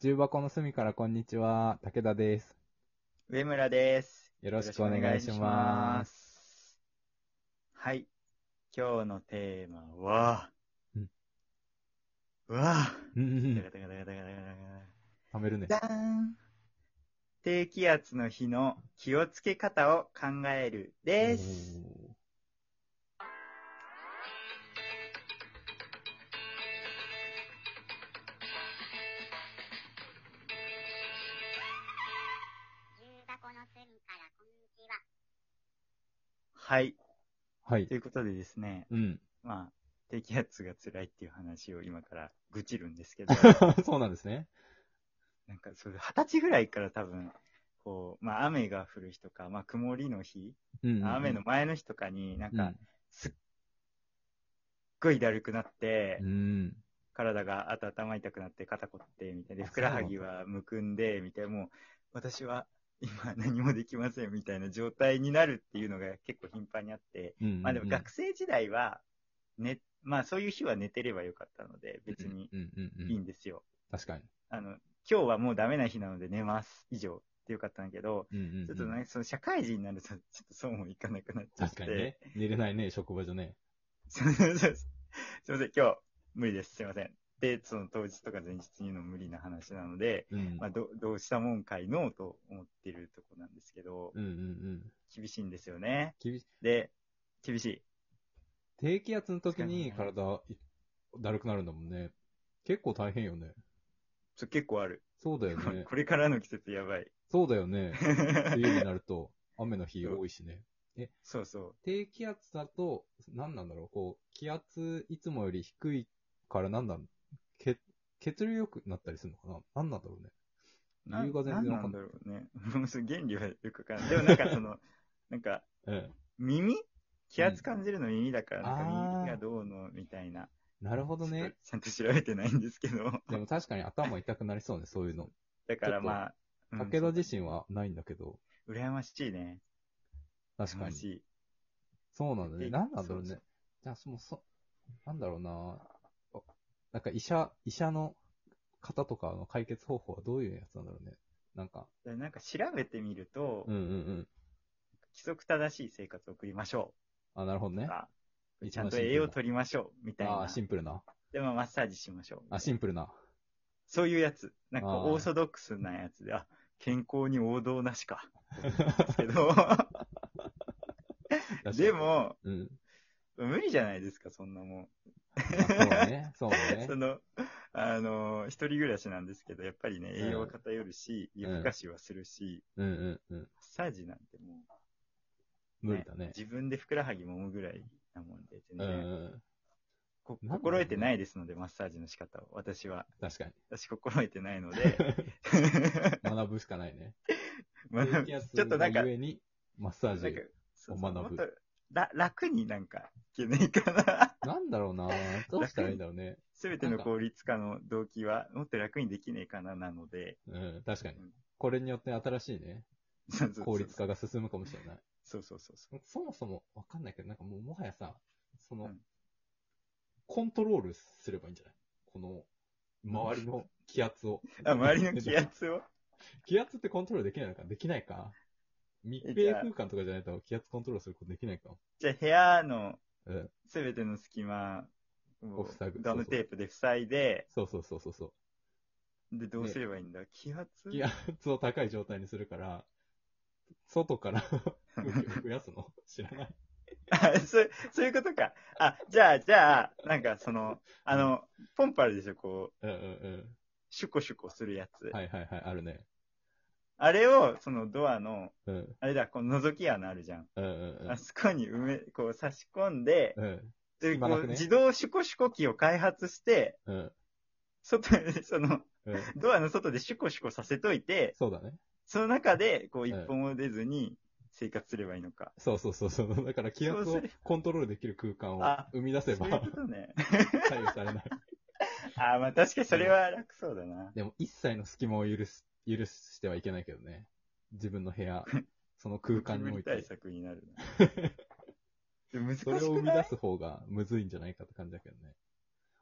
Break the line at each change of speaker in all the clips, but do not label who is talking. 重箱の隅からこんにちは、武田です。
上村です。
よろしくお願いします。
す。はい。今日のテーマは、
うん
うわぁ、
うんうん
ダカダカダカダカダカ
うん、貯めるね。
ダカじゃーん低気圧の日の気をつけ方を考えるです。
重箱の隅からこんにちは。
はい。
おー。はい
と。いうことでですね、
うん。
まあ、低気圧が辛いっていう話を今から愚痴るんで すけど、
そうなんですね。
なんかそれ二十歳ぐらいから多分、こう、まあ雨が降る日とか、まあ曇りの日、
うんうん。
雨の前の日とかになん
う
か、すっごいだるくなって、
ん。うん。
体があと頭痛くなって肩こってみたいなで
あ
ふくらはぎはむくんでみたいなもう私は今何もできませんみたいな状態になるっていうのが結構頻繁にあって、
うん。
まあでも学生時代は、ね、まあそういう日は寝てればよかったので別に
うんうんうんうん。
いいんですよ。
確かに。
あの、今日はもうダメな日なので寝ます以上ってよかったんだけど、
うんうんうん
ちょっとね、その社会人になるとちょっとそうもいかなくなっちゃっ
確
て。
かにね。寝れないね、職場じゃね。
そうそうそうすいません、今日、無理です。すいません。で、その当日とか前日にの無理な話なので、
うん。
まあ、どどうしたもんかいのうと思ってるとこなんですけど
う、んうんうん。
厳しいんですよね。
厳しい。
で、厳しい。
低気圧の時に体い、だるくなるんだもんね。結構大変よね。
そう結構ある。。
そうだよね
これからの季節やばい。
そうだよ ね。冬になると、雨の日多いしね。
そうそう。
低気圧だと、何なんだろう、こう、気圧いつもより低いから何なんだろう血、血流良くなったりするのかな何なんだろうね。理由が全然わ
な
か
ん
ん
だ
ない。
ろうね。 もうそれ原理はよくわかんない。でもなんかその、なんか、
え
耳気圧感じるの耳だから、なんか
あー
耳がどうのみたいな。
え、なるほどね。
ちょっとちゃんと調べてないんですけど。
でも確かに頭痛くなりそうね、そういうの。
だからまあ、うん
武田自身はないんだけど、
羨ましいね。
確か
羨ま
に
し。い。
そうなんだね。
で
なんなんだろう
そうそ
ね
う。
じゃあ、その、そ、なんだろうなあなんか医者、医者の方とかの解決方法はどういうやつなんだろうね。なんか、
でなんか調べてみると、
うんうんうん。
規則正しい生活を送りましょ
あ、なるほど
う
ね
と。か、
一番
ちゃんと
シンプルな
栄養を取りましょうみたい
あ
な
ー。シンプルな。
で、まあ、マッサージしましょうみたいな
あ、シンプルな。
そういうやつ。なんか
あー
オーソドックスなやつで、あ、健康に王道なしか。です けど、で、も、
うん。
無理じゃないですか、そんなもん。
まあそう ね。そうね
そ。の、あの、一人暮らしなんですけど、やっぱりね、栄養は偏るし、
ん
夜更かしはするし、
うんうんうん。
マッサージなんてもう、
無理だね。
自分でふくらはぎ揉むぐらいなもんで、全
う
然。
んうん。
こ
なんだろうね
心得てないですので、マッサージの仕方を。私は。
確かに。
私心得てないので。
学ぶしか ないね。
学ぶ
低気圧
ちょっとなんか、
ゆえに、マッサー
なん
ジ
か。、そうそう
学ぶ
もっとら楽になんかいけないかな。
なんだろうなどうしたらいいんだろうね。
すべての効率化の動機は、もっと楽にできねえかななので。
うん、確かに
うん。
これによって新しいね、
そうそうそう
効率。化が進むかもしれない。
そうそうそうそ
そもそもわかんないけど、なんかもうもはやさ、その、
うん
コントロールすればいいんじゃないこの、周りの気圧を。
う。あ、周りの気 圧を。
気圧ってコントロールできないのかできないか密
じ
閉
ゃあ
空間とかじゃないと気圧コントロールすることできないか
じゃあ部屋の
うん。
すべての隙間を
を塞ぐ
ガムテープで塞いで、
そうそうそうそうそ
で、どうすればいいんだ気圧
う。気圧を高い状態にするから、外 から空気を増やすの知らない。
あ そう、そういうことか。あ、じゃあ、じゃあ、なんかその、あの、ポンパルでしょ、こう、
うんうん
シュコシュコするやつ。
うん。はいはいはい、あるね。
あれを、そのドアの、
うん
あれだ、この覗き穴あるじゃん。
うんうん
あそこに埋め、こう差し込んで、
うん。うん
で、
隙間
こ
な
う
くね
自動シュコシュコ機を開発して、
うん
外で、その、
うん。
ドアの外でシュコシュコさせといて、
そうだね。
その中で、こう、
ん
一歩も出ずに生活すればいいのか。
そうそうそうそう。だから気圧
そ
を
うする
コントロールできる空間を
あ
生み出せ
そう
ば
いうこと ね。
左右されない。
あー、まあ確かにそれは楽そうだな。
でも一切の隙間を許す、許してはいけないけどね。自分の部 屋、その空間におい
ゴキブリ
て。
対策になるな。でも難し
それを生み
くない
出す方がむずいんじゃないかって感じだけどね。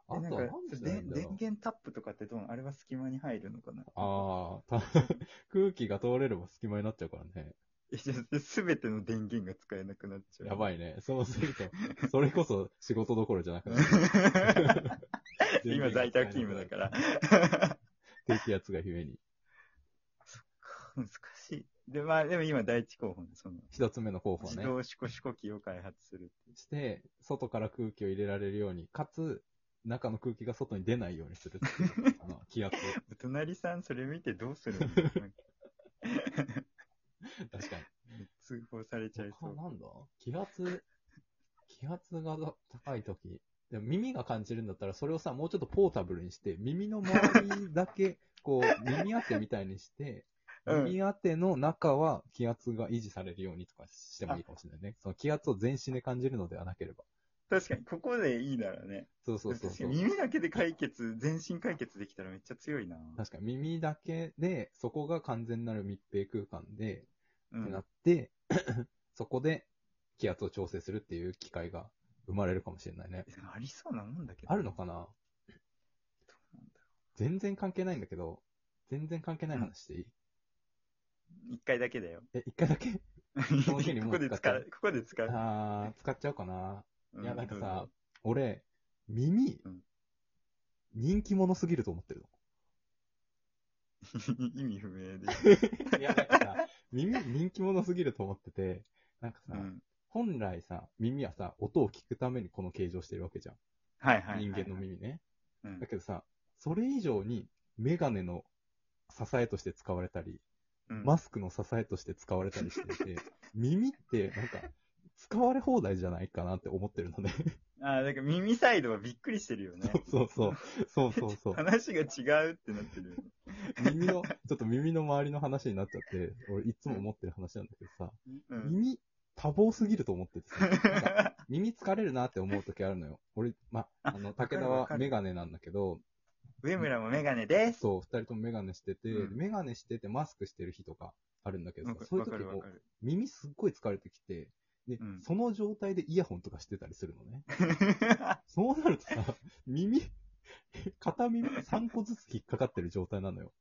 あ
なん
と
か
はなんでだ
で
ろう
電源タップとかってどうなのあれは隙間に入るのかな
ああ、た 空気が通れれば隙間になっちゃうからね。
えじゃあ、すべての電源が使えなくなっちゃう。
やば
い。
いね。そうすると、それこそ仕事どころじゃなくなる。
今、在宅勤務だから。
ら。低気圧が姫に。
難しい。で、まあ、でも今、第一候補の、その、
一つ目の候補
自
ね。
動シコシコ機を開発するっていう。
して、外から空気を入れられるように、かつ、中の空気が外に出ないようにするっていう のかな気圧を。
お隣さん、それ見てどうす るのなんか
確かに。
通報されちゃいそ
他
う。
なんだ気圧、気圧が高いとき。でも耳が感じるんだったら、それをさ、もうちょっとポータブルにして、耳の周りだ け、こう、耳当てみたいにして、
うん
耳当ての中は気圧が維持されるようにとかしてもいいかもしれないね。その気圧を全身で感じるのではなければ。
確かに、ここでいいならね。
そうそうそうそう
確か。に耳だけで解決、全身解決できたらめっちゃ強いな。
確かに耳だけで、そこが完全なる密閉空間で、
う
ってなんっ。て、 そこで気圧を調整するっていう機会が生まれるかもしれないね。
ありそうなもんだけど。
あるのかな
どうなんだろ
全然関係ないんだけど、全然関係ない話していい、
う一回だけだよ。
え、一回だけその日にも
こ
う使
こで
っ
使
た
う。ここで使う。
あー、使っちゃおうかな。
う
いや、なんか
どう
さ
ぞ、
俺、耳
うん、
人気者すぎると思ってる
意味不明で。
の。いや、なんかさ、耳人気者すぎると思ってて、なんかさ、
うん。
本来さ、耳はさ、音を聞くためにこの形状してるわけじゃん。
はいはいはいはい。
人間の耳ね。
うん
だ。けどさ、それ以上にメガネの支えとして使われたり、
うん
マスクの支えとして使われたりしていて、 耳ってなんか使われ放題じゃないかなって思ってるので、
ああ、だから耳サイドはびっくりしてるよね。
そうそう、そうそう そう、
話が違うってなってるよね。
耳の、ちょっと耳の周りの話になっちゃって、俺いつも思ってる話なんだけどさ、
うん。
耳多忙すぎると思っててさ、なんか耳疲れるなって思う時あるのよ。俺、ま、あの、
かる
武田
わか
は
る
メガネなんだけど、
上村もメガネです。
そう、二人ともメガネしてて、
うん
メガネしててマスクしてる日とかあるんだけど
わ
さ
か、
そういう
わか
時
るわ
こ
か
う、
る。
耳すっごい疲れてきて、で、
うん
その状態でイヤホンとかしてたりするのね。そうなるとさ、耳、片耳3個ずつ引っかかってる状態なのよ。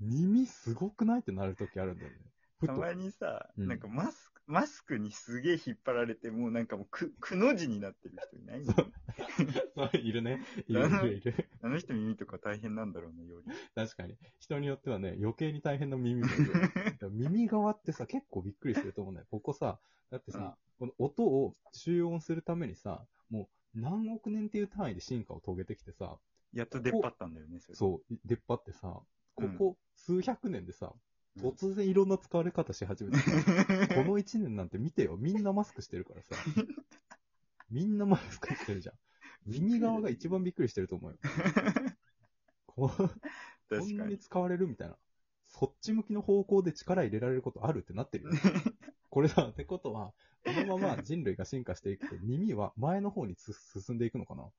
耳すごくないってなる時あるんだよね。ふ
た
と。
まにさ、
うん
なんかマスク、マスクにすげえ引っ張られて、もうなんかもうく、くの字になってる人いない
そう いるね。いるいるいる。
あの人耳とか大変なんだろうな、より。
確かに。人によってはね、余計に大変な耳もいるよねだから耳側ってさ、結構びっくりすると思うんだよ。ここさ、だってさ、この音を集音するためにさ、もう何億年っていう単位で進化を遂げてきてさ、
やっと出っ張ったんだよね、それ。
そう、出っ張ってさ、ここ数百年でさ、
うん
突然いろんな使われ方し始めて さ、この一年なんて見てよ、みんなマスクしてるからさ、みんなマスクしてるじゃん。耳側が一番びっくりしてると思うよ。こうこ
確
んな
か
に
に。
使われるみたいな。そっち向きの方向で力入れられることあるってなってるよ。これだ。ってことは、このまま人類が進化していくと耳は前の方につ進んでいくのかない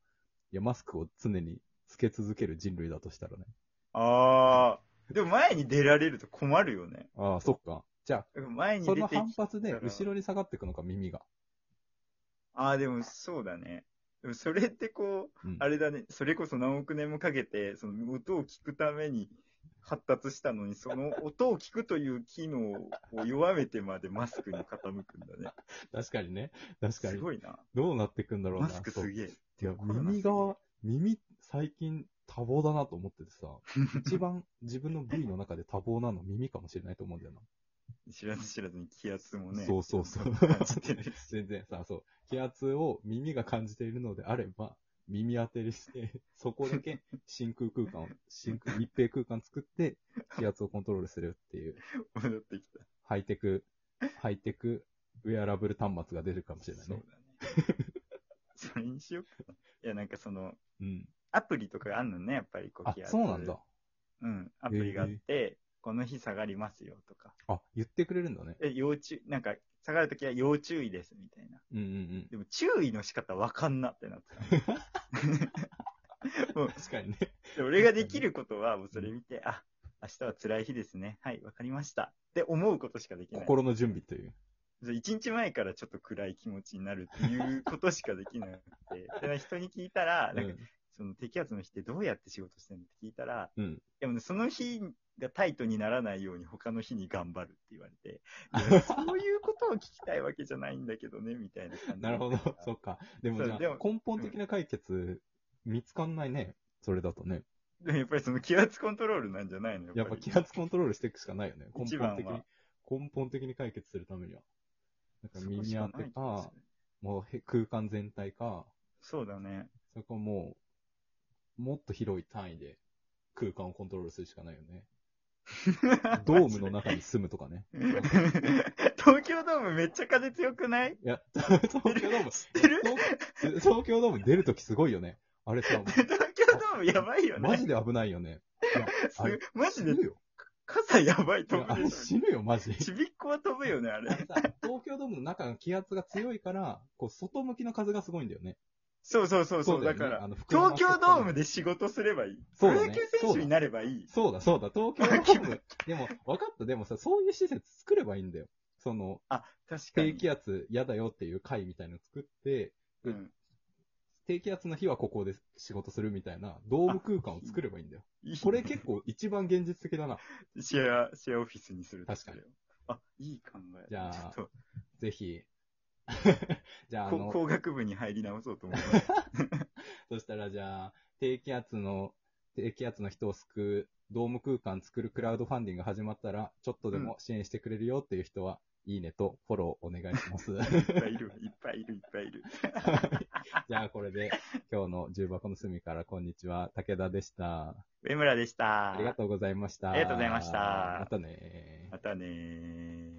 や、マスクを常につけ続ける人類だとしたらね。
ああ。でも前に出られると困るよね。
ああ、そっか。じゃ
前
あ、
に
そ
出て
の
き
反発で後ろに下がっていくのか、耳が。
ああ、でもそうだね。でもそれってこう、
うん
あれだね、それこそ何億年もかけて、その音を聞くために発達したのに、その音を聞くという機能を弱めてまでマスクに傾くんだね。
確かにね。確か
す
に。
ごいな。
どうなっていくんだろうな。
マスクすげえ。
いや、
コロナすげえ
耳側、耳、最近多忙だなと思ってて さ、一番自分の部位の中で多忙なの耳かもしれないと思うんだよな。
知らず知らずに気圧もね。
そうそうそう
感じてる。
全然さ、そう、気圧を耳が感じているのであれば、耳当てにして、 そこだけ真空空間を、真空、密閉空間作って、気圧をコントロールするっていう、
戻ってきた。
ハイテク、ハイテク、ウェアラブル端末が出るかもしれない
そう
ね。
だね。それにしようかな。いや、なんかその、
うん。
アプリとかあんのね、やっぱりこう
あ
気、圧。
そうなんだ。。
うん、アプリがあって、この日下がりますよとか。
あ、言ってくれるんだね。
え、要注意、なんか、下がるときは要注意です、みたいな。
うんうんうん。
でも、注意の仕方わかんなってなって た。もう
確かにね。
で、俺ができることは、もうそれ見て、あ、明日は辛い日ですね。はい、わかりました。って思うことしかできない。
心の準備という。
じゃあ一日前からちょっと暗い気持ちになるっていうことしかできなくて、 だから人に聞いたら、なんかその低気圧の日ってどうやって仕事してるのって聞いたら、
うん
でもね、その日がタイトにならないように他の日に頑張るって言われて、いやそういうことを聞きたいわけじゃないんだけどね、みたいな感じ。
なるほど、そっか。でもじゃ
そうでも
あ、根本的な解決、見つかんないね。それだとね。
でもやっぱりその気圧コントロールなんじゃないの
や
や
っ
っ
ぱ
ぱ
気
り。
圧コントロールしていくしかないよね。根
一
本
番
的に
は。
根本的に解決するためには。だから
そこ
耳
し
当て
かない気がす
か
る、
もうへ空間全体か、
そうだね。
それかもう、もっと広い単位で空間をコントロールするしかないよ ね。ドームの中に住むとかね。
東京ドームめっちゃ風強くない
いや、 東京ドーム、
知ってる
東東京ドーム出るときすごいよね。あれさ、
東京ドームやばいよね。
マジで危ないよね。いや
す
あれ
マジで
死ぬよ。
傘やばい
い
飛
やあ
ぶ
れ
でし
死ぬよ、マジ
ょ。。ちびっこは飛ぶよね、あ
あ
れ。
れさ東京ドームの中の気圧が強いから、こう、外向きの風がすごいんだよね。
そうそうそうそ
よ
う、だ
ね
から、
あの膨らま
東
せて
京ドームで仕事すればいい。
そ
プ
うだ
ロ
ね
野球選手になればいい。
そうだ、そうだ、東 京ドーム。でも、分かった、でもさ、そういう施設作ればいいんだよ。その、
あ、確か
低
に。
気圧嫌だよっていう会みたいの作って、
うん、
低気圧の日はここで仕事するみたいな、ドーム空間を作ればいいんだよ。
いい
これ結構一番現実的だな。
シェア、シェアオフィスにする。
確かに。
あ、いい考え。
じゃあ
ちょっ
ぜひ。 じゃあ、あ
と、こ
の、
工学部に入り直そうと思う。
そしたらじゃあ、低気圧の、低気圧の人を救う、ドーム空間作るクラウドファンディング始まったら、ちょっとでも支援してくれるよっていう人は、いいねとフォローお願いし ます。
いっぱいいる、いっぱいいる、いっぱいいる。
じゃあ、これで、今日の重箱の隅からこんにちは、武田でした。
上村でした。
ありがとうございました。
ありがとうございました
またね
またねー。